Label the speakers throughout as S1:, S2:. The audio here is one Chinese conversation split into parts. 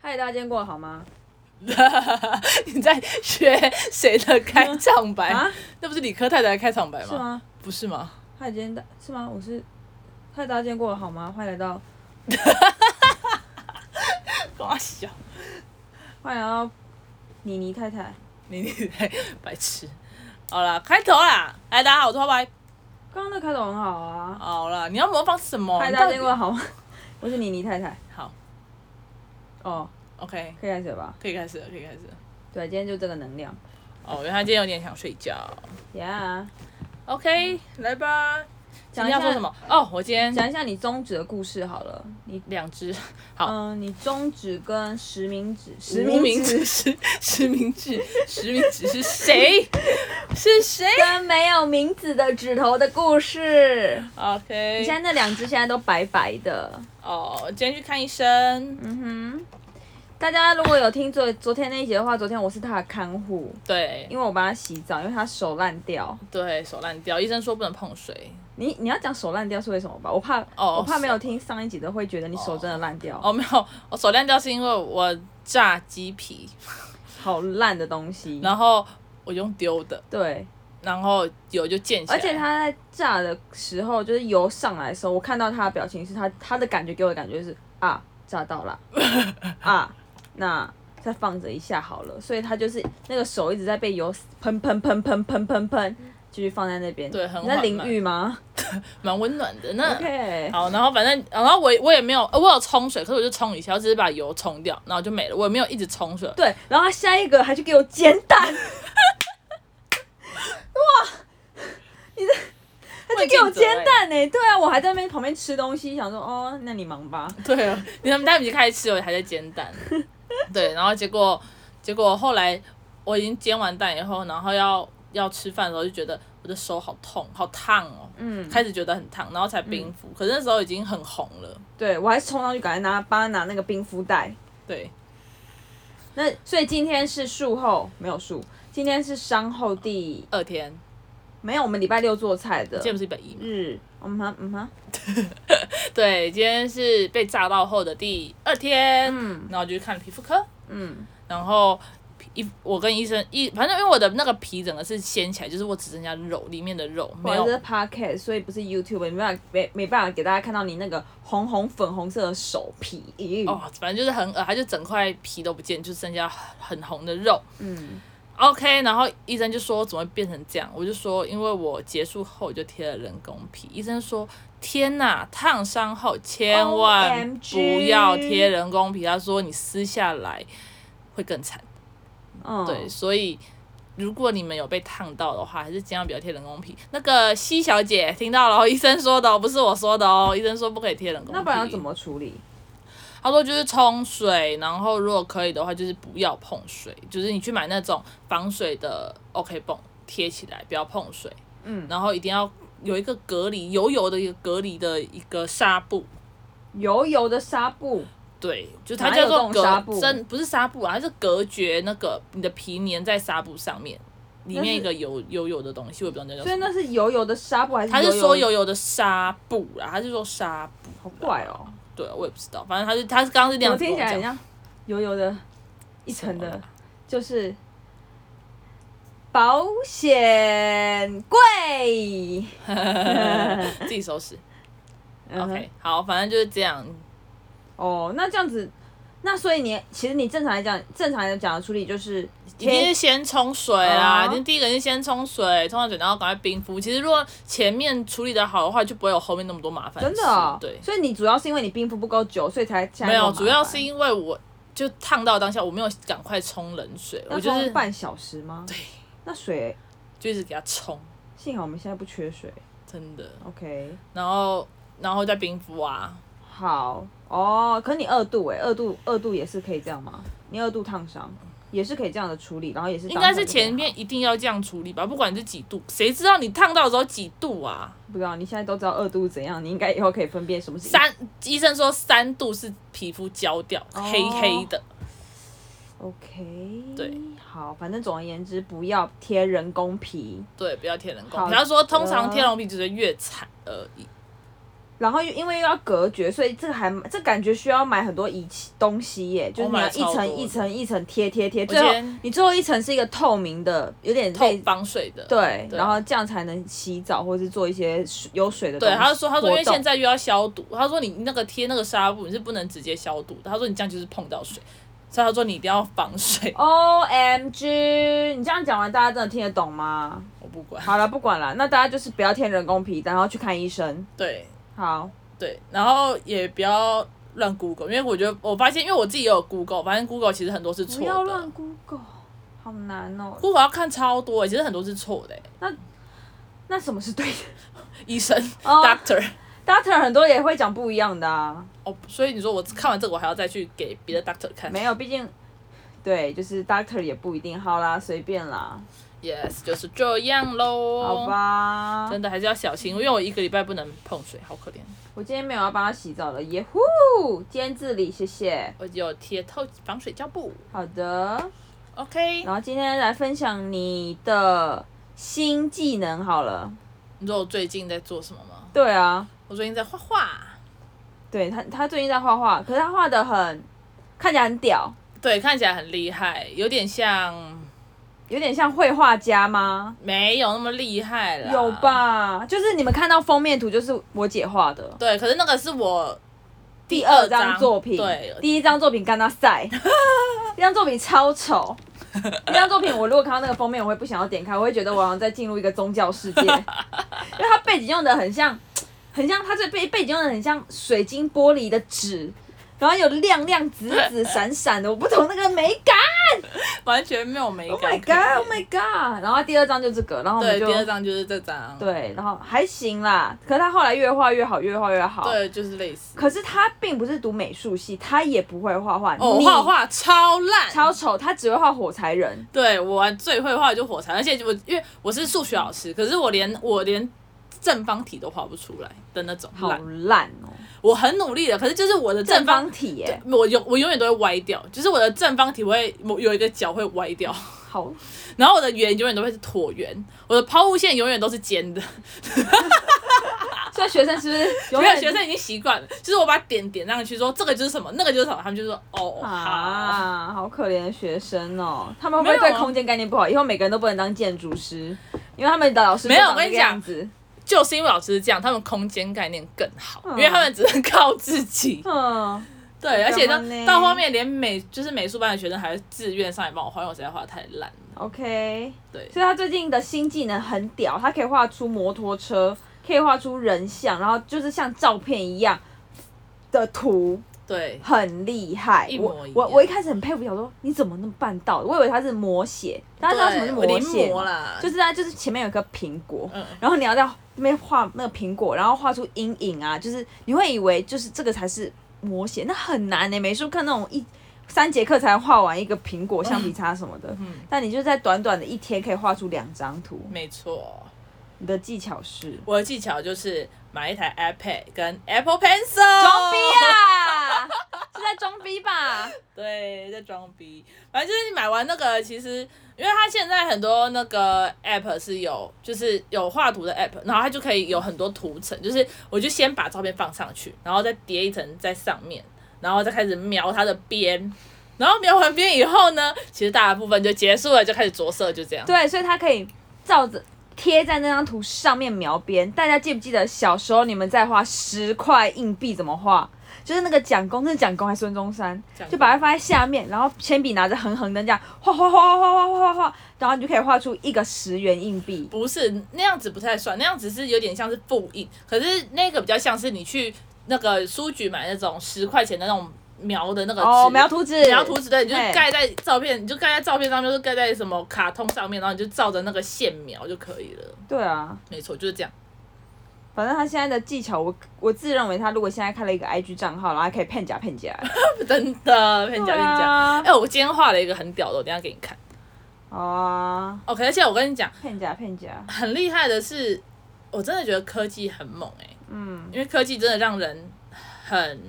S1: 嗨，大家今天过得好吗？
S2: 你在学谁的开场白？
S1: 啊，
S2: 那不是理科太太的开场白
S1: 是
S2: 吗？
S1: 吗？
S2: 不是吗？
S1: 嗨，今天大是吗？我是嗨，大家今天过得好吗？欢迎来到
S2: 瓜小，
S1: 欢迎来到妮妮太太。
S2: 你你在白痴。好啦，开头啦，来大家好，我是花白。
S1: 刚刚那开头很好啊。
S2: 好啦，你要模仿什么？
S1: 嗨，
S2: 哦你
S1: 大家
S2: 到
S1: 今
S2: 底
S1: 天过得好吗？ 我是妮妮太太。
S2: 好
S1: 哦，
S2: ，OK，
S1: 可以开始了吧？
S2: 可以开始了，可以开始了。
S1: 对，今天就这个能量。
S2: 哦，因为他今天有点想睡觉。
S1: Yeah，
S2: OK，来吧。今
S1: 嗯讲
S2: 天
S1: 一下
S2: 要说什么？哦，我今天
S1: 讲一下你宗旨的故事好了。你
S2: 两只好
S1: 嗯、你宗旨跟实名指，实
S2: 无名
S1: 指
S2: 指是实名制，实名指是谁？是谁
S1: 跟没有名字的指头的故事。
S2: 哎
S1: 你现
S2: ？OK，
S1: 在那两只现在都白白的。
S2: 哦，今天去看医生。
S1: 嗯哼，大家如果有听昨昨天那一集的话，昨天我是他的看护，
S2: 对，
S1: 因为我帮他洗澡，因为他手烂掉。
S2: 对手烂掉，医生说不能碰水。
S1: 你你要讲手烂掉是为什么吧？我怕、
S2: 哦
S1: 我怕没有听上一集的会觉得你手真的烂掉，
S2: 哦，没有，我手烂掉是因为我炸鸡皮，
S1: 好烂的东西。
S2: 然后我用丢的，
S1: 对，
S2: 然后油就溅起来。
S1: 而且他在炸的时候，就是油上来的时候，我看到他的表情是他他的感觉给我的感觉是啊炸到 了啊，那再放着一下好了，所以他就是那个手一直在被油喷喷喷喷喷喷喷，继续放在那边。
S2: 对很
S1: 你在
S2: 缓
S1: 淋
S2: 慢
S1: 浴 吗？
S2: 蛮温暖的那。
S1: OK，
S2: 好，然后反正，然后我我也没有，呃我有冲水，可是我就冲一下，我只是把油冲掉，然后就没了。我也没有一直冲水，
S1: 对，然后他下一个还去给我煎 蛋，哇，你的。他就给我煎蛋呢、对啊，我还在那边旁边吃东西，想说哦，那你忙吧。
S2: 对啊，你们他们就开始吃，我还在 煎蛋。对，然后结果结果后来我已经煎完蛋以后，然后要要吃饭的时候就觉得我的手好痛，好烫哦，
S1: 嗯
S2: 开始觉得很烫，然后才冰敷。可是那时候已经很红了，
S1: 对我还冲上去赶快拿帮他拿那个冰敷袋。
S2: 对，
S1: 那所以今天是术后没有术，今天是伤后第
S2: 二天，
S1: 没有我们礼拜六做菜的
S2: 今天不是一百一吗？
S1: 日，嗯哼嗯哼，
S2: 对，今天是被炸到后的第二天，
S1: 嗯
S2: 然后就去看皮肤科，
S1: 嗯
S2: 然后皮我跟医生一，反正因为我的那个皮整个是掀起来，就是我只剩下肉里面的肉，没
S1: 我
S2: 有
S1: 这是 podcast，所以不是 YouTube，没办法没没办法给大家看到你那个红红粉红色的手皮。咦
S2: 哦，反正就是很恶，它就整块皮都不见，就剩下很红的肉。
S1: 嗯
S2: OK，然后医生就说怎么会变成这样？我就说因为我结束后我就贴了人工皮。医生说天呐，烫伤后千万
S1: OMG
S2: 不要贴人工皮，他说你撕下来会更惨。
S1: 嗯，
S2: 对，所以如果你们有被烫到的话，还是尽量不要贴人工皮。那个西小姐听到了哦，医生说的哦，不是我说的哦，医生说不可以贴人工皮。
S1: 那不然要怎么处理？
S2: 他说就是冲水，然后如果可以的话，就是不要碰水，就是你去买那种防水的 OK 泵贴起来，不要碰水。
S1: 嗯
S2: 然后一定要有一个隔离油油的一个隔离的一个纱布，
S1: 油油的纱布，
S2: 对，就它
S1: 哪有这
S2: 叫做
S1: 种纱
S2: 隔
S1: 布
S2: 真不是纱布啊，它是隔绝那个你的皮粘在纱布上面，里
S1: 那
S2: 面
S1: 是
S2: 一个油油油的东西，我也不知道那叫
S1: 所以
S2: 什么。
S1: 那是油油的纱布还是？
S2: 他是说，油油的纱布啦，他是说纱布，
S1: 好怪哦，
S2: 对我也不知道，反正他是他是刚刚是那
S1: 我
S2: 样子跟
S1: 听
S2: 我
S1: 起来
S2: 讲
S1: 很像 油油的一层
S2: 什
S1: 的
S2: 么，
S1: 就是保险柜。
S2: 自己收拾。
S1: 嗯哼
S2: OK，好，反正就是这样。
S1: 哦，那这样子，那所以你其实你正常来讲，正常来讲的处理就是
S2: 一定
S1: 贴
S2: 是先冲水啦，
S1: 哦
S2: 一定第一个是先冲水，冲完水然后赶快冰敷。其实如果前面处理的好的话，就不会有后面那么多麻烦事。
S1: 真的、哦，
S2: 对，
S1: 所以你主要是因为你冰敷不够久，所以才
S2: 没有，主要是
S1: 因
S2: 因为我就烫到当下，我没有赶快冲冷水，我
S1: 那
S2: 就
S1: 就是是半小时吗？对，那水
S2: 就一直给它冲，
S1: 幸好我们现在不缺水
S2: 真的。
S1: ，OK，
S2: 然后然后再冰敷啊，
S1: 好哦。可你二度哎、二度二度也是可以这样吗？你二度烫伤也是可以这样的处理，然后也是
S2: 应该
S1: 当
S2: 是
S1: 场就
S2: 前面一定要这样处理吧，不管是几度，谁知道你烫到的时候几度啊？
S1: 不知道，你现在都知道二度怎样，你应该以后可以分辨什么是一
S2: 三医生说三度是皮肤焦掉，
S1: 哦
S2: 黑黑的。
S1: OK，
S2: 对，
S1: 好，反正总而言之，不要贴人工皮。
S2: 对，不要贴人工
S1: 好
S2: 皮。他说，通
S1: 的
S2: 呃常贴人工皮就是越惨而已。
S1: 然后又因为又要隔绝，所以这个还这感觉需要买很多仪器东西耶，就是你要
S2: 哦买
S1: 一
S2: 超多
S1: 层
S2: 的
S1: 一层一层贴贴贴，
S2: 我
S1: 最后
S2: 今天
S1: 你最后一层是一个透明的，有点
S2: 透
S1: 类
S2: 防水的。
S1: 对，
S2: 对
S1: 然后这样才能洗澡或是做一些水有水的东
S2: 对，
S1: 西。
S2: 他就说，他说因为
S1: 活动
S2: 现在又要消毒，他说你那个贴那个纱布你是不能直接消毒的，他说你这样就是碰到水，所以他说你一定要防水。
S1: O M G，你这样讲完，大家真的听得懂吗？
S2: 我不管。
S1: 好了，不管了，那大家就是不要贴人工皮，然后去看医生。
S2: 对
S1: 好，
S2: 对，然后也不要乱 Google，因为我觉得我发现，因为我自己也有 Google，反正 Google 其实很多是错
S1: 不要乱
S2: 的。
S1: Google，好难哦。
S2: Google 要看超多，欸其实很多是错的。
S1: 那什么是 对的
S2: 医生、
S1: 哦
S2: doctor，
S1: ？Doctor 很多也会讲不一样的啊。
S2: 哦，所以你说我看完这个，我还要再去给别的 doctor 看
S1: 没有，毕竟对，就是 Doctor 也不一定。好啦，随便啦，
S2: ？Yes，就是这样喽。
S1: 好，吧。
S2: 真的还是要小心，因为我一个礼拜不能碰水，好可怜。
S1: 我今天没有要帮他洗澡了，耶呼！今天自理，谢谢。
S2: 我有贴透防水胶布。
S1: 好的，
S2: OK，
S1: 然后今天来分享你的新技能好了。
S2: 你知道我最近在做什么吗？
S1: 对啊，
S2: 我最近在画画。
S1: 对他，他最近在画画，可是他画的很，看起来很屌，
S2: 对，看起来很厉害，有点像
S1: 有点像绘画家吗？
S2: 没有那么厉害了，
S1: 有？吧，就是你们看到封面图就是我姐画的，
S2: 对，可是那个是我
S1: 第
S2: 二
S1: 二
S2: 张
S1: 张作品，
S2: 对
S1: 第一张作品干他晒， 第一张作品超丑，第一张作品我如果看到那个封面，我会不想要点开，我会觉得我好像在进入一个宗教世界，因 为它背景用的很像，很像它这背背景用的很像水晶玻璃的纸。然后有亮亮、紫紫、闪闪的，我不懂那个美感。
S2: 完全没有美
S1: Oh
S2: 感
S1: my
S2: 可言。
S1: god! Oh my god! 然后第二张就这个，然后我们
S2: 对，
S1: 就
S2: 第二张就是这张，
S1: 对，然后还行啦。可是他后来越画越好，越画越好。
S2: 对，就是类似。
S1: 可是他并不是读美术系，他也不会画画。
S2: 哦，我
S1: 你
S2: 画画超烂，
S1: 超丑，他只会画火柴人。
S2: 对我玩最会画的就火柴，而且我因为我是数学老师，可是我连我连正方体都画不出来的那种
S1: 好
S2: 烂。
S1: 烂哦、
S2: 我很努力的，可是就是我的
S1: 正
S2: 正方
S1: 方体耶、
S2: 对我永我永远都会歪掉，就是我的正方体会某有一个角会歪掉，
S1: 好，
S2: 然后我的圆永远都会是椭圆，我的抛物线永远都是尖的。
S1: 所以学生 是不是永
S2: 没有
S1: 远
S2: 学生已经习惯了，就是我把点点上去说这个就是什么，那个就是什么，他们就说哦好。
S1: 啊？好可怜的学生哦、他们会不
S2: 没有啊
S1: 会对空间概念不好？以后每个人都不能当建筑师，因为他们的老师
S2: 没有
S1: 都长
S2: 我跟你
S1: 这个
S2: 讲
S1: 样子。
S2: 就是因为老师是这样，他们空间概念更好，
S1: 嗯
S2: 因为他们只能靠 自己。
S1: 嗯，
S2: 对，而且到
S1: 干嘛呢
S2: 到后面连美就是美术班的学生还自愿上来帮我画，因为我实在画得太烂了。
S1: OK，
S2: 对
S1: 所以他最近的新技能很屌，他可以画出摩托车，可以画出人像，然后就是像照片一样的图，
S2: 对，
S1: 很厉害。
S2: 一模
S1: 我
S2: 一
S1: 我
S2: 样
S1: 我一开始很佩服，想说你怎么能办到的？我以为他是摹写，大家知道什么是
S2: 对我临
S1: 摹写
S2: 摹
S1: 吗？
S2: 啦，
S1: 就是它就是前面有一个苹果，
S2: 嗯
S1: 然后你要在那边画那个苹果，然后画出阴影啊，就是你会以为就是这个才是摹写，那很难呢、美术课那种一三节课才画完一个苹果、橡皮擦什么的，
S2: 嗯，
S1: 但你就在短短的一天可以画出两张图，
S2: 没错。
S1: 你的技巧是
S2: 我的技巧就是买一台 iPad 跟 Apple Pencil。
S1: 装逼啊， 是在装逼吧？
S2: 对，在装逼。反正就是你买完那个，其实因为它现在很多那个 app 是有，就是有画图的 app，然后它就可以有很多图层，就是我就先把照片放上去，然后再叠一层在上面，然后再开始描它的边。然后描完边以后呢，其实大部分就结束了，就开始着色，就这样。
S1: 对，所以它可以照着贴在那张图上面描边。大家记不记得小时候你们在画十块硬币怎么画？就是那个蒋公，是蒋公还是孙中山
S2: 蒋？公
S1: 就把它放在下面，然后铅笔拿着横横的这样画画画画画画画画，然后你就可以画出一个十元硬币。
S2: 不是那样子不太算，那样子是有点像是复印，可是那个比较像是你去那个书局买那种十块钱的那种描的那个
S1: 哦，
S2: 纸
S1: 描图纸，
S2: 描图纸对，你就
S1: 嘿
S2: 盖在照片，你就盖在照片上面，就是盖在什么卡通上面，然后你就照着那个线描就可以了。
S1: 对啊，
S2: 没错，就是这样。
S1: 反正他现在的技巧，我我自认为他如果现在开了一个 IG 账号，然后还可以骗假骗假，
S2: 真的，骗
S1: 对
S2: 你讲骗你讲。
S1: 啊
S2: 哎、，我今天画了一个很屌的，我等一下给你看。
S1: 好啊，
S2: OK，而且我跟你讲，
S1: 骗假骗假，
S2: 很厉害的是，我真的觉得科技很猛哎、
S1: 嗯，
S2: 因为科技真的让人很
S1: 嗯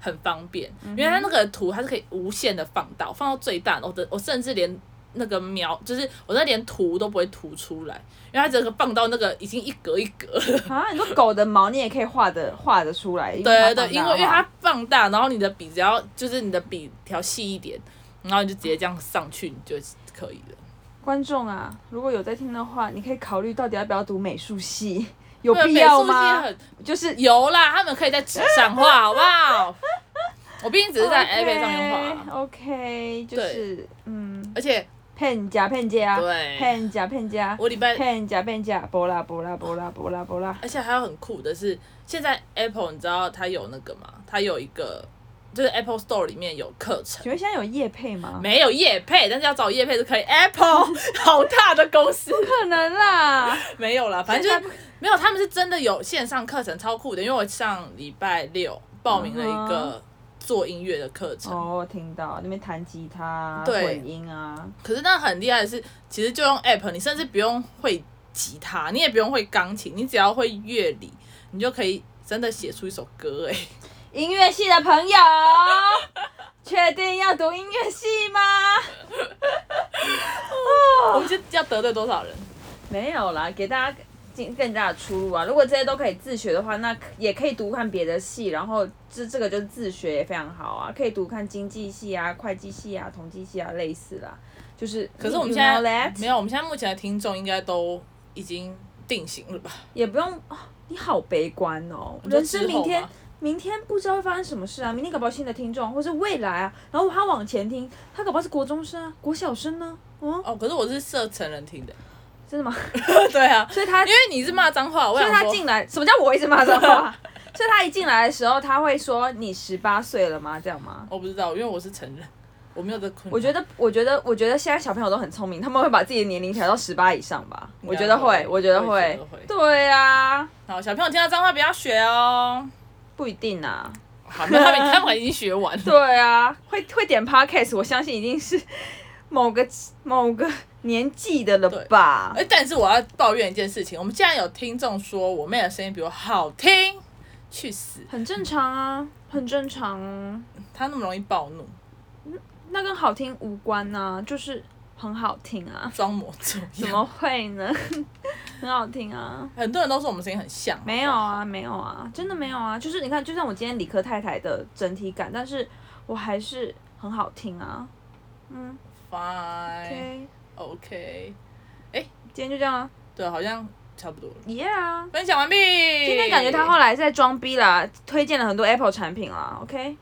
S2: 很方便，因为它那个图它是可以无限的放大，我放到最大，我的我甚至连那个描，就是我那连涂都不会涂出来，因为它整个放到那个已经一格一格了。
S1: 啊，你说狗的毛你也可以画的画的出来，
S2: 对对对，因
S1: 它放大
S2: 为因为
S1: 化
S2: 它放大，然后你的笔只要就是你的笔调细一点，然后你就直接这样上去，你就可以了。
S1: 观众啊，如果有在听的话，你可以考虑到底要不要读美术 系，有
S2: 对
S1: 必
S2: 美
S1: 要
S2: 术系
S1: 吗？
S2: 很
S1: 就是
S2: 有啦，他们可以在纸上 画，好不好？我毕竟只是在
S1: OK，
S2: iPad 上面画，
S1: OK，就是嗯，
S2: 而且
S1: 骗假骗假，啊
S2: 对，
S1: 骗假骗假，啊
S2: 我礼拜
S1: 骗假骗假，啊波拉波拉波拉波拉波拉，
S2: 而且还有很酷的是，现在 Apple 你知道它有那个吗？它有一个就是 Apple Store 里面有课程，
S1: 请问现在有夜配吗？
S2: 没有业配，但是要找业配就可以。Apple 好大的公司，
S1: 不可能啦，
S2: 没有啦，反正就是
S1: 现在
S2: 没有，他们是真的有线上课程，超酷的。因为我上礼拜六报名了一个做音乐的课
S1: 不
S2: 程，
S1: 哦，我听到那边弹吉他、
S2: 对
S1: 混音啊，
S2: 可是那很厉害的是，其实就用 App，你甚至不用会吉他，你也不用会钢琴，你只要会乐理，你就可以真的写出一首歌、哎，
S1: 音乐系的朋 友，确定要读音乐系吗？哦
S2: 我们就要得罪多少人？
S1: 没有啦，给大家更更大的出路啊！如果这些都可以自学的话，那也可以读看别的系，然后这这个就是自学也非常好啊，可以读看经济系啊、会计系啊、统计系啊，类似啦。就是，
S2: 可是我们
S1: you
S2: 现在
S1: know that？
S2: 没有，我们现在目前的听众应该都已经定型 了吧？
S1: 也不用、啊你好悲观哦，
S2: 就
S1: 人生
S2: 之后
S1: 明天
S2: 吧
S1: 明天不知道会发生什么事啊，明天搞不好新的听众，或是未来啊，然后他往前听，他搞不好是国中生啊、国小生呢、哦，
S2: 哦，可是我是设成人听的，
S1: 真的吗？
S2: 对啊，
S1: 所以他
S2: 因为你是骂脏话，我
S1: 所
S2: 想
S1: 以他
S2: 说哦
S1: 进来，什么叫我一直骂脏话？ 所以他一进来的时候，他会说：“你十八岁了吗？”这样吗？
S2: 我不知道，因为我是成人，我没有这困扰。
S1: 我觉得，我觉得，我觉得现在小朋友都很聪明，他们会把自己的年龄调到十八以上吧？
S2: 应
S1: 我
S2: 该
S1: 觉得会
S2: 会，
S1: 我觉得
S2: 我也
S1: 会
S2: 觉得会，
S1: 对啊，
S2: 好，小朋友听到脏话不要学哦。
S1: 不一定啊，
S2: 好，那他们他们已经学完了。
S1: 对啊，会会点 podcast，我相信一定是 某个某个年纪的了吧？
S2: 哎，但是我要抱怨一件事情，我们竟然有听众说我妹的声音比我好听，去死！
S1: 很正常啊，很正常啊，
S2: 她那么容易暴怒，
S1: 那跟好听无关呐、就是很好听啊。
S2: 装模作
S1: 怎
S2: 样。
S1: 么会呢？很好听啊。
S2: 很多人都说我们声音很像，
S1: 没有啊，没有啊，真的没有啊。就是你看，就像我今天理科太太的整体感，但是我还是很好听啊。嗯
S2: Fine，OK。
S1: ，OK，
S2: OK
S1: 今天就这样啊。
S2: 对，好像差不多了。
S1: Yeah 啊。
S2: 分享完毕。
S1: 今天感觉他后来在装逼啦，推荐了很多 Apple 产品啦。OK，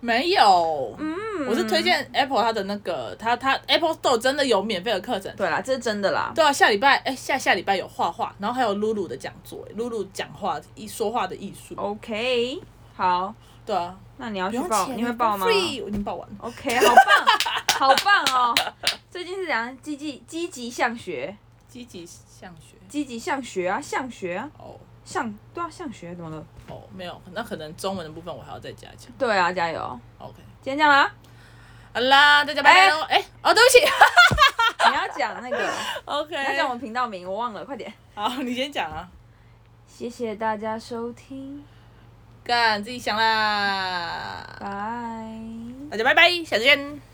S2: 没有，嗯，我是推荐 Apple 它的那个，它它 Apple Store 真的有免费的课程。
S1: 对啦，这是真的啦。
S2: 对啊，下礼拜哎、下下礼拜有画画，然后还有露露的讲座，露露讲话一说话的艺术。
S1: OK，好，
S2: 对啊，
S1: 那哦你要
S2: 不
S1: 去
S2: 用
S1: 报，
S2: 钱，
S1: 你会报吗
S2: free，我已经报完了。
S1: ？OK，好棒， 好棒哦。最近是怎样？积极积极向学，
S2: 积极向学。
S1: 积极向学啊，向学啊，
S2: 哦
S1: 向对啊，向学怎么了？
S2: 哦，没有，那可能中文的部分我还要再加强。
S1: 对啊，加油！
S2: OK，
S1: 今天这样啦，
S2: 好啦，大家拜拜喽。嗯哎、哦，对不 起。
S1: 你要讲那个，你
S2: OK，
S1: 要讲我们频道名，我忘了，快点。
S2: 好，你先讲啊。
S1: 谢谢大家收听，
S2: 干，自己想啦。
S1: 拜。
S2: 大家拜拜，下次见。